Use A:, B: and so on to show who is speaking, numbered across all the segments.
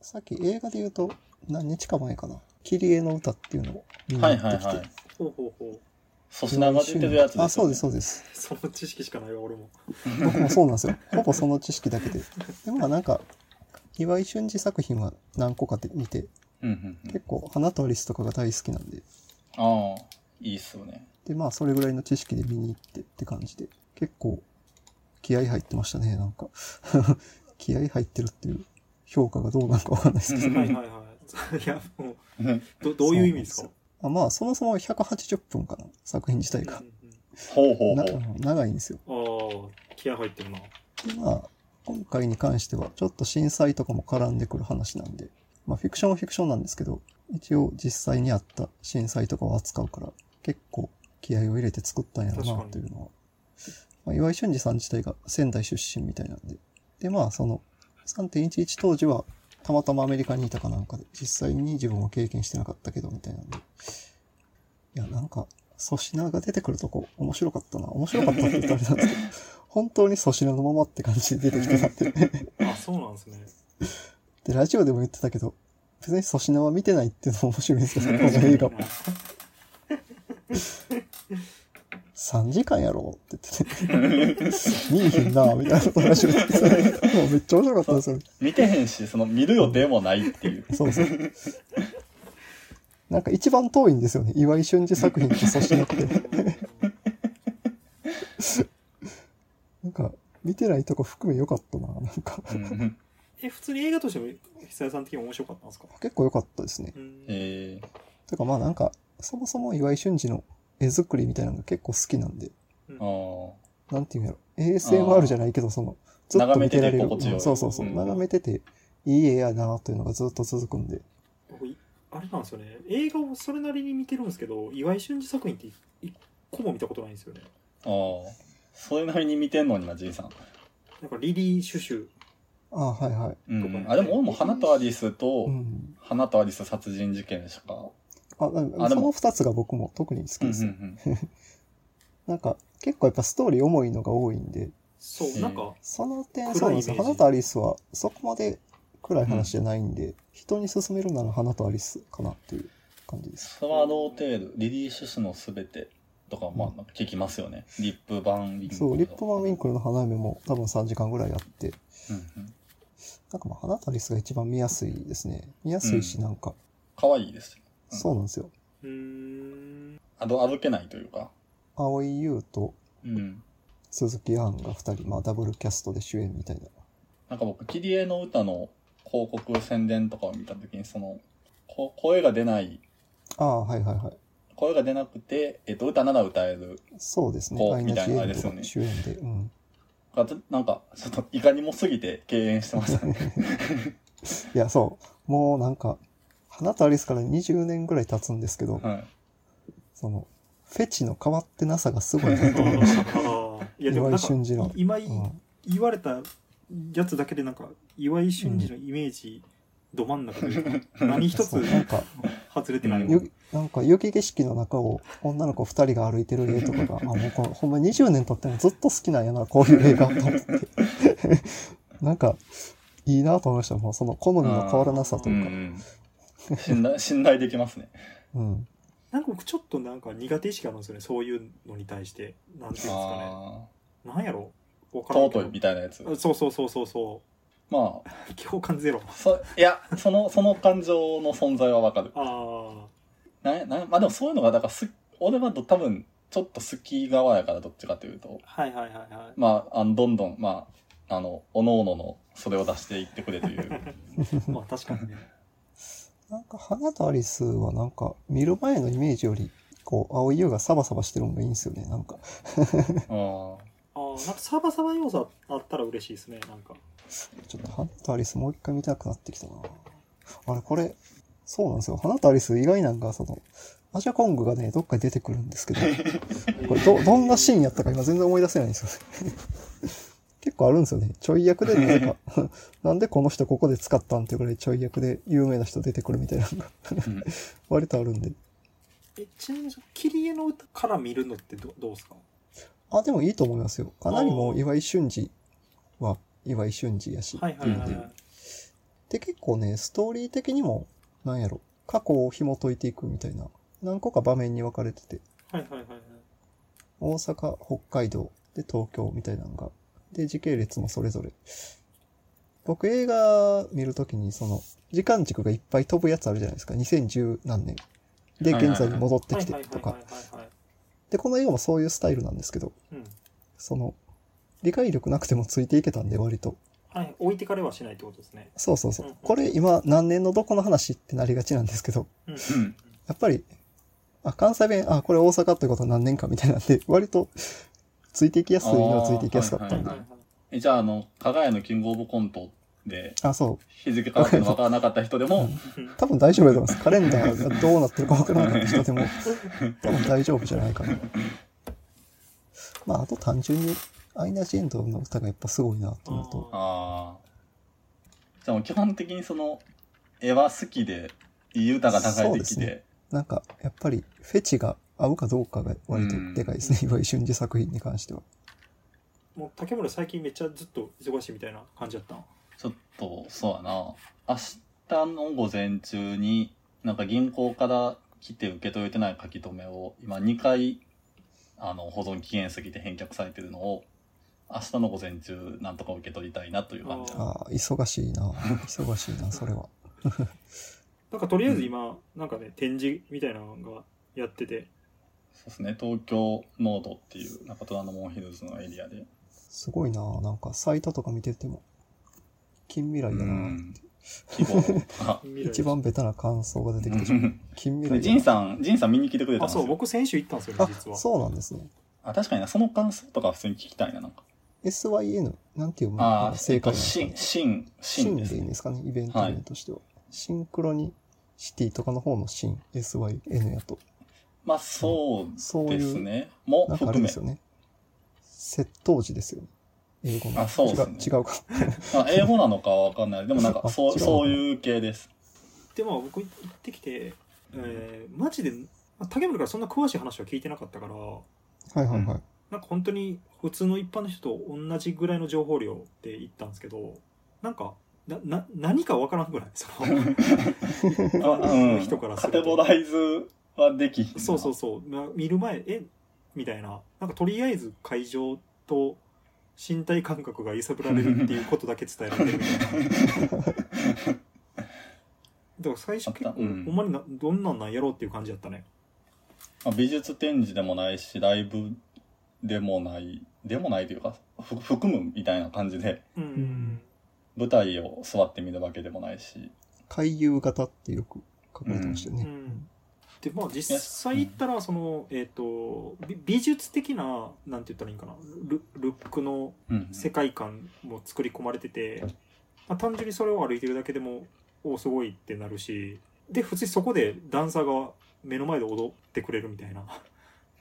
A: さっき映画で言うと、何日か前かな。キリエの歌っていうのを見に行
B: は
A: っ
B: い
A: てき
B: はい
A: て。
B: はい。
C: ほうほうほう。
B: 粗品が出てるやつですよ、ね。
A: あ、そうです、そうです。
C: その知識しかないわ、俺も。
A: 僕もそうなんですよ。 ほぼその知識だけで。でもまあなんか、岩井俊二作品は何個かで見て、
B: うんうんうん。
A: 結構花とアリスとかが大好きなんで、
B: ああ、いいっすよね。
A: でまあそれぐらいの知識で見に行ってって感じで、結構気合入ってましたね、なんか。 気合入ってるっていう評価がどうなんかわかんないですけど。
B: うん
C: はいはいはい。 いや、もう、
B: うん
C: どどういう意味ですか
A: あまあそもそも180分かな、作品自体が
C: う。んう
B: ほうほうほ
A: な
B: う。
A: 長いんですよ。
C: んうんああ、気合入ってるな。
A: でまあ今回に関してはちょっと震災とかも絡んでくる話なんで、まあフィクションはフィクションなんですけど、一応実際にあった震災とかを扱うから、結構気合を入れて作ったんやろうな
C: 確
A: と
C: か
A: い
C: に
A: うのは。まあ、岩井俊二さん自体が仙台出身みたいなんで。で、まあその3.11当時はたまたまアメリカにいたかなんかで、実際に自分は経験してなかったけどみたいなんで。いや、なんか粗品が出てくるとこ面白かったな。面白かったって言ったらあれなんですけど、本当に粗品のままって感じで出てきたなって。
C: あ、そうなんですね。
A: で、ラジオでも言ってたけど、別に粗品は見てないっていうのも面白いんですよ、この映画も。3時間やろって言ってて、見えへんなみたいなこと話をしてて、もうめっちゃ面白かったんですよ。
B: 見てへんし、その見る予定もないっていう。
A: そうそう。なんか一番遠いんですよね、岩井俊二作品と粗品って。なんか、見てないとこ含め良かったな、なんか。
B: うん
C: え、普通に映画としても、久谷さん的に面白かったんですか
A: 結構良かったですね。
C: うん
B: え
A: てかまあなんか、そもそも岩井俊二の絵作りみたいなのが結構好きなんで、
B: ー、ああ。
A: なんていうんやろ、ASMR じゃないけど、その、ずっと見てられる。
B: 眺めてて心地よい
A: うんそうそうそう。
B: うん
A: 眺めてて、いい絵やなというのがずっと続くんで。
C: 僕いあれなんですよね。映画をそれなりに見てるんですけど、岩井俊二作品って一個も見たことないんですよね。
B: ああ。それなりに見てんのにな、じいさん。
C: なんかリリー・シュシュ。
A: ああ、はいはい。
B: うん。あ、でも俺も花とアリスと
A: う、ん。
B: 花とアリス殺人事件しか。
A: あ、なんか
B: あで
A: そ
B: も
A: の二つが僕も特に好き
B: うん
A: で
B: うん
A: す。
B: うん。
A: なんか、結構やっぱストーリー重いのが多いんで、
C: そう、なんか、
A: その点、
C: 暗い
A: そうなんですよ。
C: イメージ
A: 花とアリスは、そこまで暗い話じゃないんで、人に勧めるなら花とアリスかなっていう感じです。
B: スワローテール、リリー・シュシュのすべてとか、まあ、聞きますよね。リップ・バン・ウィンクル
A: そう、リップマン・ウィンクルの花嫁も多分3時間ぐらいあって、
B: うんうん。
A: なんかまあ、花とアリスが一番見やすいですね。見やすいし、
B: うん
A: なんか、
B: かわいいですよ。うん
A: そうなんですよ。
C: うーん。
B: あと、歩けないというか。
A: 蒼井優と
B: うん。
A: 鈴木杏が2人、まあ、ダブルキャストで主演みたいな。
B: なんか僕、キリエの歌の広告宣伝とかを見たときに、その、こ声が出ない、
A: ああ、はいはいはい。
B: 声が出なくて、えっと、歌なら歌える。
A: そうですね。
B: こう
A: アイナ・ジ・エンド
B: みたいなあれ
A: が
B: です
A: 主演で。うん。
B: がずなんか、ちょっと、いかにもすぎて敬遠してました ね。
A: いや、そう。もうなんか、花とアリスから20年ぐらい経つんですけど、
B: はい。
A: その、フェチの変わってなさがすごいな
C: あ
A: と思いました。
C: ーいや、で
A: 岩井
C: もなんか、
A: 俊二の。
C: 今井
A: うん
C: 言われたやつだけでなんか岩井俊二のイメージど真ん中というか何一
A: そ
C: つ
A: うなんか、
C: 外れてない
A: ゆなんか雪景色の中を女の子2人が歩いてる絵とか が、あ、もうこれほんま20年経ってもずっと好きなんやな、こういう映画と思って。 なんか、いいなと思いました。もうその好みの変わらなさと
B: う
A: いうか。
B: んうん。信頼、信頼できますね。
A: うん。
C: なんか僕ちょっとなんか苦手意識があるんですよねそういうのに対してなんていうんですかね
B: あ
C: なんやろわ
B: あ。
C: からんけど
B: 尊いみたいなやつ。
C: あそうそうそうそうそ
B: まあ、
C: う共感ゼロ
B: そいやそのその感情の存在はわかる
C: ああ
B: ななまあでもそういうのがだからす俺はど多分ちょっと好き側やからどっちかというと
C: はいはいはいはい
B: まああのどんどんまああのおのおののそれを出していってくれという
C: まあ確かにね
A: なんか、花とアリスはなんか、見る前のイメージより、こう、青い優がサバサバしてるのがいいんですよね。なんか、
B: あ
C: ああなんかサバサバ要素あったら嬉しいですねなんか
A: ちょっと花とアリスもう一回見たくなってきたな。あれ、これ、そうなんですよ。花とアリス以外なんか、その、アジャコングがね、どっかに出てくるん ですけど、これど、どんなシーンやったか今全然思い出せないんですよね。 結構あるんですよね。ちょい役でなぜか、 なんでこの人ここで使ったんっていうぐらいちょい役で有名な人出てくるみたいなのが
B: うん、
A: 割とあるんで。
C: えちなみにその切り絵の歌から見るのってどどうですか
A: あ、でもいいと思いますよ。かなりもう岩井俊二は岩井俊二やし、
C: はいはいはい、
A: って
C: は
A: いうの
C: い
A: で、で、結構ね、ストーリー的にも、なんやろ、過去を紐解いていくみたいな、何個か場面に分かれてて、
C: はいはいはいはい。
A: 大阪、北海道、で、東京みたいなのが。で、時系列もそれぞれ。僕映画見るときに、その、時間軸がいっぱい飛ぶやつあるじゃないですか。2010何年。で、
B: はいはいはい
A: 現在に戻ってきて
C: はいはい
A: と
C: はい
A: か。
C: はいはい。
A: で、この映画もそういうスタイルなんですけど、
C: うん。
A: その、理解力なくてもついていけたんで、割と。
C: はい、置いてかれはしないってことですね。
A: そうそうそう
C: うんうん。
A: これ今何年のどこの話ってなりがちなんですけど、
C: うん。
B: うん。
A: やっぱり、あ、関西弁、あ、これ大阪ってことは何年かみたいなんで、 割と、ついていきやすいのはついていきやすかったん
B: あー
A: で。
B: はいはいえじゃあ、あの、加賀屋のキングオブコントで、
A: あ、そう。
B: 日付変わってるの分からなかった人でも、
C: うん
A: 多分大丈夫だと思います。カレンダーがどうなってるか分からなかった人でも、多分大丈夫じゃないかな。まあ、あと単純に、アイナ・ジ・エンドの歌がやっぱすごいなと思うと、
B: ああ。じゃあもう基本的にその、絵は好きで、いい歌が流れてき
A: そうです
B: て
A: ね、なんか、やっぱり、フェチが合うかどうかが割とでかいですね。岩井俊二作品に関しては。
C: もう竹村最近めっちゃずっと忙しいみたいな感じだったん
B: ちょっと、そうやな。明日の午前中に、なんか銀行から来て受け取れてない書き留めを、今2回、あの、保存期限過ぎて返却されてるのを、明日の午前中、なんとか受け取りたいなという感じ
C: あ
B: だ
C: ー
A: ああ、忙しいな。忙しいな、それは。
C: なんかとりあえず今、なんかね、展示みたいなのがやってて、。
B: そうですね。東京ノードっていう、なんか虎ノ門ヒルズのエリアで。
A: すごいな。なんか、サイトとか見てても、近未来だな。。
B: 規模とか
C: 未来
A: 一番ベタな感想が出てきてし
B: う
A: まう。
B: ん
A: 近未来
B: ジン
A: だ
B: さん、ジンさん見に来てくれたん
C: あ、
B: です
C: そ
B: よ。
C: う、僕先週行ったんですよね、
A: な。
C: 実
A: あ、
C: は。
A: そうなんですね。
B: あ確かにな、その感想とか普通に聞きたいな、なんか。
A: SYN、なんていうもの
B: あ
A: か
B: あ、
A: な
B: 正
A: 正解
B: 解。
A: なんです
B: シ
A: か
B: ン、
A: ね。
B: シン、シ
A: シ
B: ン
A: ン
B: で
A: ですいいん
B: ね
A: で。すかね、イベント名としては。シンクロニシティとかの方のシン、SYN やと。
B: まあ、そう
A: そう
B: です
A: いう、
B: ね。も
A: なんかあ
B: 含
A: れで
B: め
A: す。よね。窃盗時ですよね。英語の。
B: あそうですね
A: 違う違うか。
B: まあ、英語なのかわかんない。でもなんか、
A: あ
B: そう、
A: 違う
B: そういう系です。
C: で、まあ僕行ってきて、えーマジで、まあ竹村からそんな詳しい話は聞いてなかったから、
A: はいはいはい。
C: なんか本当に普通の一般の人と同じぐらいの情報量で行ったんですけど、なんか、な、な、何かわからんぐらい、その、一
B: あ
C: 般
B: う
C: の
B: ん。
C: 人からす
B: カ
C: る
B: テ
C: と
B: ゴライズはできひんな
C: そうそうそう、まあ、見る前えみたいななんかとりあえず会場と身体感覚が揺さぶられるっていうことだけ伝えられて るみたいなだから最初結
B: あ
C: 構、
B: ったうん
C: ほんまになどんなんなんやろうっていう感じだったね
B: まあ美術展示でもないし、ライブでもない、でもないというか、ふ含むみたいな感じで、
C: うん、
A: ん
B: 舞台を座って見るわけでもないし、
A: 回遊型ってよく書かれてましたよ
C: う
A: ね。
C: んでまあ実際行ったらその、えっ、とび美術的ななんて言ったらいいんかなルルックの
B: うん
C: 世界観も作り込まれてて、まあ、単純にそれを歩いてるだけでもおすごいってなるしで普通にそこでダンサーが目の前で踊ってくれるみたいな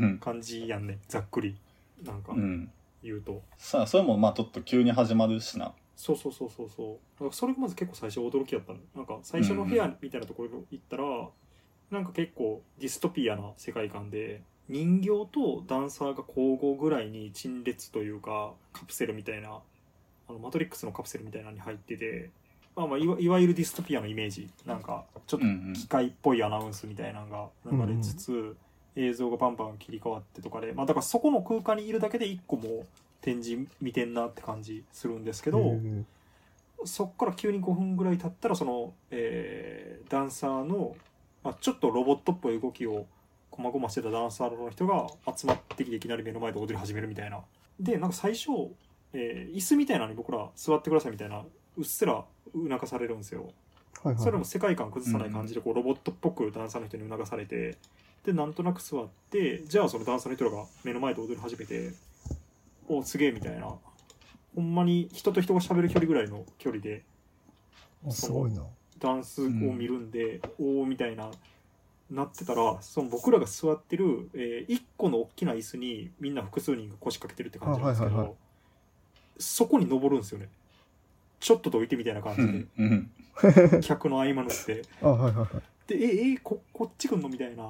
B: うん。
C: 感じやんねざっくりなんか
B: うん。
C: 言うと、
B: さあ、それもまあちょっと急に始まるしな。
C: そうそうそうそうそうだからそれがまず結構最初驚きやったのなんか最初の部屋みたいなところ行ったら、なんか結構ディストピアな世界観で人形とダンサーが交互ぐらいに陳列というかカプセルみたいなあのマトリックスのカプセルみたいなのに入ってて、まあ、まあいわいわゆるディストピアのイメージなんかちょっ
B: う
C: と
B: ん
C: 機械っぽいアナウンスみたいなのが流れつつ、映像がバンバン切り替わってとかで、まあ、だからそこの空間にいるだけで一個もう展示見てんなって感じするんですけど、
A: うん
C: そっから急に5分ぐらい経ったらその、えーダンサーの、まあ、ちょっとロボットっぽい動きをこまごましてたダンサーの人が集まってきていきなり目の前で踊り始めるみたいなでなんか最初、えー椅子みたいなのに僕ら座ってくださいみたいなうっすら促されるんですよ、
A: はいはい
C: それ
A: はい
C: も。世界観崩さない感じでこうロボットっぽくダンサーの人に促されてでなんとなく座ってじゃあそのダンサーの人らが目の前で踊り始めておすげえみたいなほんまに人と人が喋る距離ぐらいの距離で
A: あすごいな。
C: ダンスを見るんで、おおみたいななってたらその僕らが座ってる、え1個の大きな椅子にみんな複数人が腰掛けてるって感じなんですけど、
A: あはいはい
C: そこに登るんですよねちょっとどいてみたいな感
B: う
C: じで
B: ん。うん。
C: 客の合間縫って。
A: あ、はいはいはい。
C: で、え、え、こ、こっち来んのみたいな。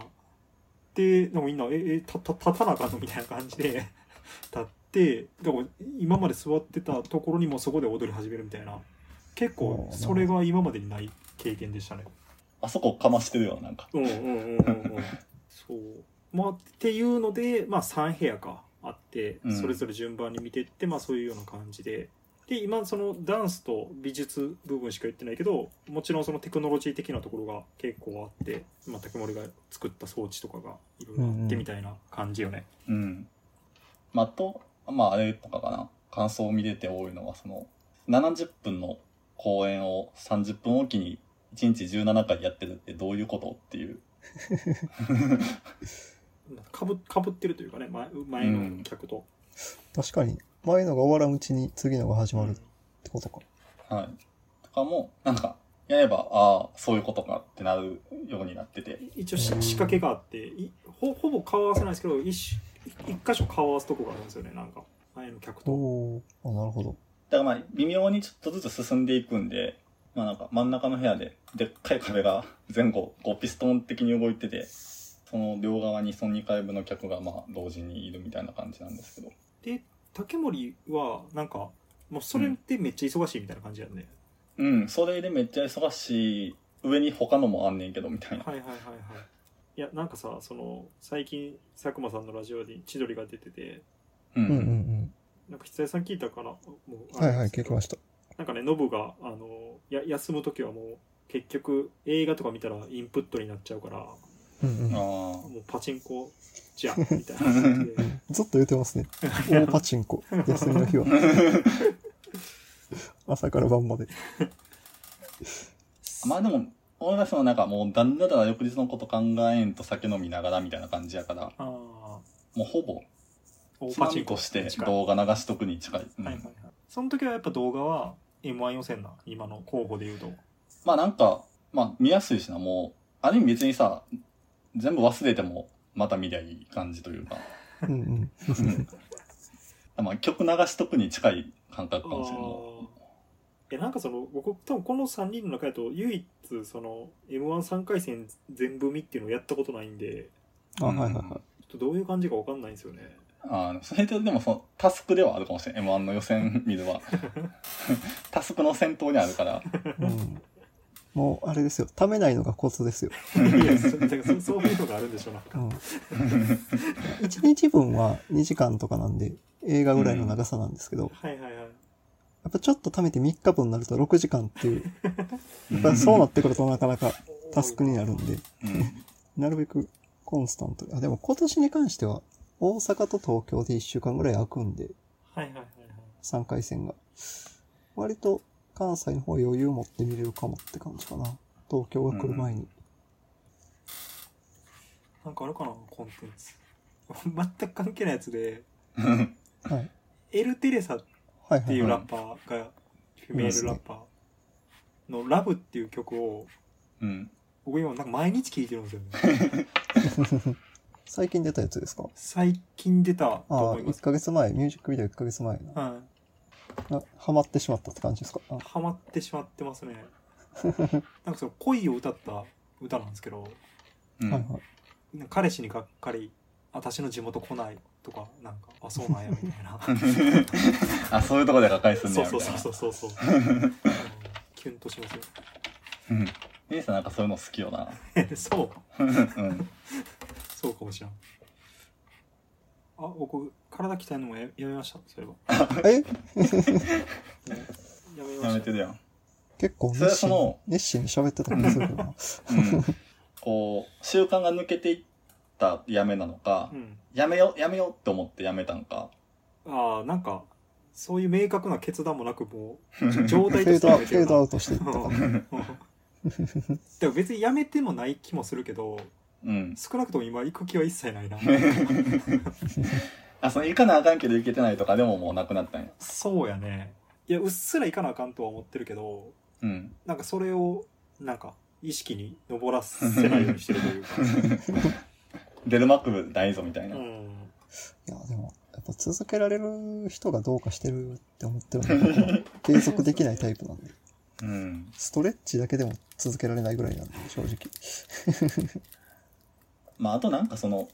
C: で、なんかみんな、え、え、た、た、立たなあかんのみたいな感じで、立って、でも今まで座ってたところにもうそこで踊り始めるみたいな。結構
A: おー
C: それが今までにない経験でしたね
B: あそこかましてるよ、なんか。
C: うんうんうんうんうんそうまあっていうので、まあ、3部屋かあって
B: うん
C: それぞれ順番に見てって、まあそういうような感じでで今そのダンスと美術部分しか言ってないけどもちろんそのテクノロジー的なところが結構あって、まあ、竹森が作った装置とかがいろいろあってみたいな感じよね、
B: うん。まあ、と、まあ、あれとかかな。感想を見れて多いのは、その、70分の公演を30分おきに1日17回やってるってどういうことっていう。
C: かぶかぶってるというかね前前の客と、
A: 確かに、前のが終わらんうちに次のが始まるっ
C: うん
A: てことか。
B: はい。とかも、なんか、やれば、ああ、そういうことかってなるようになってて。
C: 一応し仕掛けがあっていほほぼ顔合わせないですけど一し一箇所顔合わすとこがあるんですよねなんか前の客
A: お
C: と
A: おーあ、なるほど。
B: だからまあ、微妙にちょっとずつ進んでいくんで、まあなんか真ん中の部屋で、でっかい壁が前後、こうピストン的に動いてて、その両側にその2階分の客がまあ同時にいるみたいな感じなんですけど。
C: で竹森はなんかもうそれでめっちゃ忙しいみたいな感じやんね、
B: うん、それでめっちゃ忙しい、上に他のもあんねんけどみたいな。
C: はいはいはいはいいやなんかさその最近佐久間さんのラジオに千鳥が出てて
B: うん。
A: うんうんうん。
C: なんか久江さん聞いたからもう
A: はいはい、聞きま
C: し
A: した。
C: たなんかねノブがあのや休む時はもう結局映画とか見たらインプットになっちゃうからも
A: うんうん。
B: あ
C: うパチンコじ ゃんみたいな感じで
A: ずっと言ってますね。 大パチンコ。休みの 日は。朝から晩まで。
B: あ。まあでも、俺がそのなんかもうだんだんだら翌日のこと考えんと酒飲みながらみたいな感じやから、
C: ああ
B: もうほぼ、
C: お
B: パチンコして動画流しとくに近い。うん
C: はいはいはいその時はやっぱ動画は M1 予選な今の候補で言うと
B: まあなんか、まあ見やすいしな、もう、ある意味別にさ、全部忘れてもまた見りゃいい感じというか、
A: うんうん。
B: うんまあ曲流しとくに近い感覚かもしれないも
C: えなんかその僕多分この3人の中だと唯一その m 1 3回戦全部見っていうのをやったことないんで
A: あ、はいはいはい。
C: ちょっとどういう感じか分かんないんですよ ね
B: う。あのそれとでもそのタスクではあるかもしれん。M1 の予選見るは。 タスクの先頭にあるから。
A: うん、もう、あれですよ。ためないのがコツですよ。
C: いやそだからそそういうのがあるんでしょうなん
A: う
C: か
A: ん。1日分は2時間とかなんで、映画ぐらいの長さなんですけど、や
C: はいはいはい
A: っぱちょっと貯めて3日分になると6時間って いう、やっぱりそうなってくるとなかなかタスクになるんで、
B: うん。
A: なるべくコンスタントに。あ、でも今年に関しては、大阪と東京で1週間ぐらい空くんで、
C: はいはいはいはい
A: 3回戦が。割と関西の方は余裕持って見れるかもって感じかな。東京が来る前に。
C: なんかあるかなコンテンツ全く関係ないやつで
B: うん
A: はい。
C: エル・テレサっ
A: はい
C: って
A: はいい。
C: うラッパーが、フィメールラッパーの「ラブっていう曲を
B: うん。
C: 僕今なんか毎日聴いてるんですよね
A: 最近出たやつですか
C: 最近出たと
A: ああ、
C: 思いま
A: 1
C: す
A: ヶ月前、ミュージックビデオ1ヶ月前な。
C: は
A: なハマってしまったって感じですかあ
C: いハマってしまってますねなんかその恋を歌った歌なんですけど
B: うん
A: はいはい。
C: なんか彼氏にがっかり「私の地元来ない」とかなんか「あそうなんや」みた いな
B: あ、そういうとこで抱えすんね
C: そ
B: や
C: うそ
B: み
C: う
B: たいな。
C: そうそうそううんキュンとしますよ
B: うん。姉さんなんかそういうの好きよな。
C: えそう
B: うん。
C: そうかもしれんあ僕体鍛えるのもややめましたそういえば
A: え
C: やめま
B: やめ
C: してた。
B: るやん。
A: 結構
B: それは
A: 熱
B: そ
A: 心に
B: の、
A: 熱心に喋ってた気がするけ どな。
B: うん、こう、習慣が抜けていったやめなのか、
C: うん。
B: やめよう、やめようって思ってやめたんか。
C: ああ、なんか、そういう明確な決断もな く、もう、状
A: フ
C: 態
A: ェ
C: と
A: ードアウ
C: してや
A: ト、
C: め
A: フ
C: て
A: ェー
C: るな
A: ドアウトしていったか
C: う
A: ら。
C: んうん でも別にやめてもない気もするけど、
B: うん。
C: 少なくとも今行く気は一切ない な。
B: あ、その、行かなあかんけど行けてないとかでももうなくなったんや。
C: そうやね。いや、うっすら行かなあかんとは思ってるけど、
B: うん。
C: なんかそれを、なんか、意識に上らせないようにしてると いうか。
B: 出るマックブないぞみたいうな。
C: ん。
A: いや、でも、やっぱ続けられる人がどうかしてるって思ってるのに僕は継続できないタイプなんで。
B: うん。
A: ストレッチだけでも続けられないぐらいなんで、正直。
B: まあ、あとなんかその、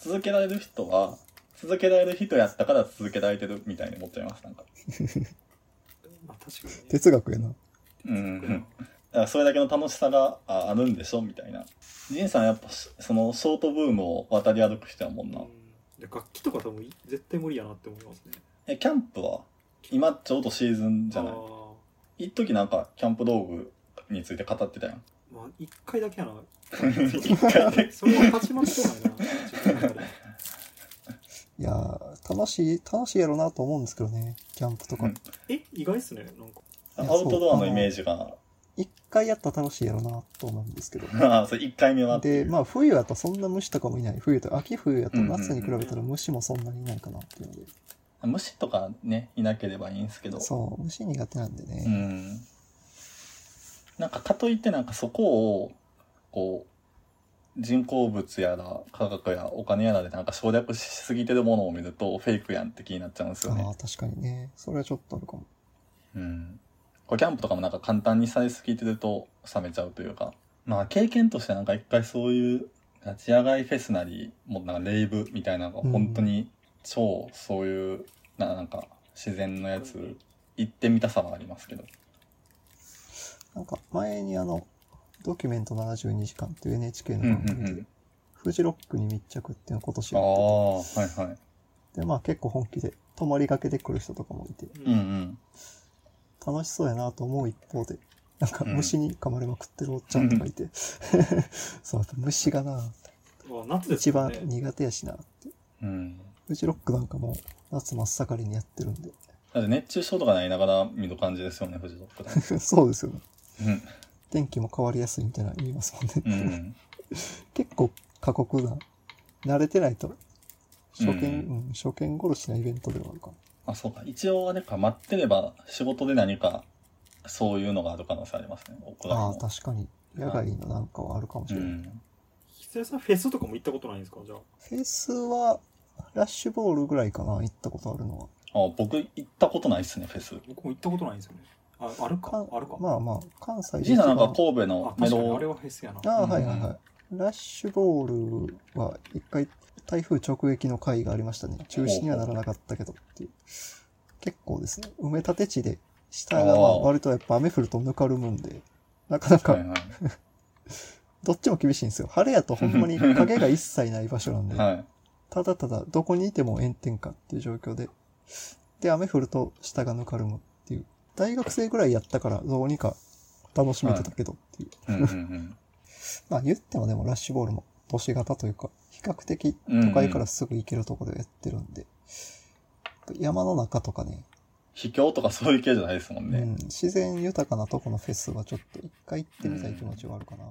B: 続けられる人は、続けられる人やったから続けられてるみたいに思っちゃいます。なんか。
C: まあ確かにね。
A: 哲学やな。
B: うんだからそれだけの楽しさがああるんでしょみたいな。ジンさんやっぱしそのショートブームを渡り歩く人やもんな。
C: で楽器とか多分い絶対無理やなって思いますね
B: え、キャンプは今ちょうどシーズンじゃな
C: あ
B: い
C: ー
B: 一時なんかキャンプ道具について語ってたやん。
C: まあ一回だけやな
B: 一回で。
C: それは始まってないなちょっと待って
A: いやー、楽しい、楽しいやろなと思うんですけどね、キャンプと
B: う
A: か
B: ん。
C: え意外っすねなんか
B: アウトドアのイメージが、
A: 一、回やったら楽しいやろなと思うんですけど。
B: あそれ1回目は。
A: で、まあ冬やとそんな虫とかもいない。冬と、秋冬やと
B: うんうんうん
A: 夏に比べたら虫もそんなにいないかなっていうので。
B: 虫とかね、いなければいいんですけど。
A: そう、虫苦手なんでね。
B: うん。なんかかといってなんかそこを、こう、人工物やら科学やお金やらでなんか省略しすぎてるものを見るとフェイクやんって気になっちゃうんですよ
A: あ
B: ね
A: あ。ー、確かにね。それはちょっとあるかも。
B: うん。これキャンプとかもなんか簡単にされすぎてると冷めちゃうというか。まあ経験としてなんか一回そういう立ち上がりフェスなり、もうなんかレイブみたいなのが
A: うん
B: 本当に超そういう、ななんか自然のやつ行ってみたさはありますけど。
A: なんか前にあの、ドキュメント72時間っていう NHK の
B: うんう
A: 番
B: んう
A: 組で
B: ん、。
A: フジロックに密着っていうのを今年
B: あ
A: やっ
B: あ、
A: て
B: はいはい。
A: て、で、まあ結構本気で泊まりがけで来る人とかもいて、
B: うんうん。
A: 楽しそうやなと思う一方で、なんか
B: うん
A: 虫に噛まれまくってるおっちゃんとかい て、そう、虫がな、
C: まあ夏です
A: 一
C: よ
A: 番
C: ね
A: 苦手やしな。
B: うん。
A: フジロックなんかもう夏真っ盛りにやってるんで。
B: だって熱中症とかなりながら見る感じですよね、フジロックだ。
A: そうですよね。
B: うん。
A: 天気も変わりやすいみたいなの言いますもんね。
B: うん。
A: 結構過酷な、慣れてないと、初見、
B: う
A: うん、初見殺しなイベントではあるかも。
B: あ、そうか。一応あれか、待ってれば仕事で何か、そういうのがある可能性ありますね。怒られる
A: あ
B: の
A: あ、確かに。野外のなんかはあるかもし
B: う
A: れない。
B: ん。
C: 吉田さんフェスとかも行ったことないんですかじゃあ
A: フェスは、ラッシュボールぐらいかな、行ったことあるのは。
B: あ僕行ったことないっすね、フェス。
C: 僕も行ったことないんですよねああるかあるか、
A: まあまあ、関西
B: じいさんなん
A: 一番
B: か神戸
C: あ
B: のメ
C: 確かにあれ
B: ロ
C: はフェスやな
A: ああ、
B: うん
A: はいはいはい。ラッシュボールは、一回、台風直撃の回がありましたね。中止にはならなかったけどっていう。結構ですね、埋め立て地で、下がま
B: あ
A: あ
B: ー
A: 割とやっぱ雨降るとぬかるむんで、なかな
B: はいは
A: か、どっちも厳しいんですよ。晴れやとほんまに影が一切ない場所なんで
B: い。、はい。
A: ただただどこにいても炎天下っていう状況で、で、雨降ると下がぬかるむっていう。大学生ぐらいやったからどうにか楽しめてたけどっていう。
B: うん うん
A: まあ言ってもでもラッシュボールも都市型というか、比較的
B: うん。
A: 都会から
B: うんうん。
A: すぐ行けるところでやってるんで、山の中とかね
B: 秘境とかそういう系じゃないですもんね。
A: うん、自然豊かなとこのフェスはちょっと一回行ってみたい気持ちはあるかな。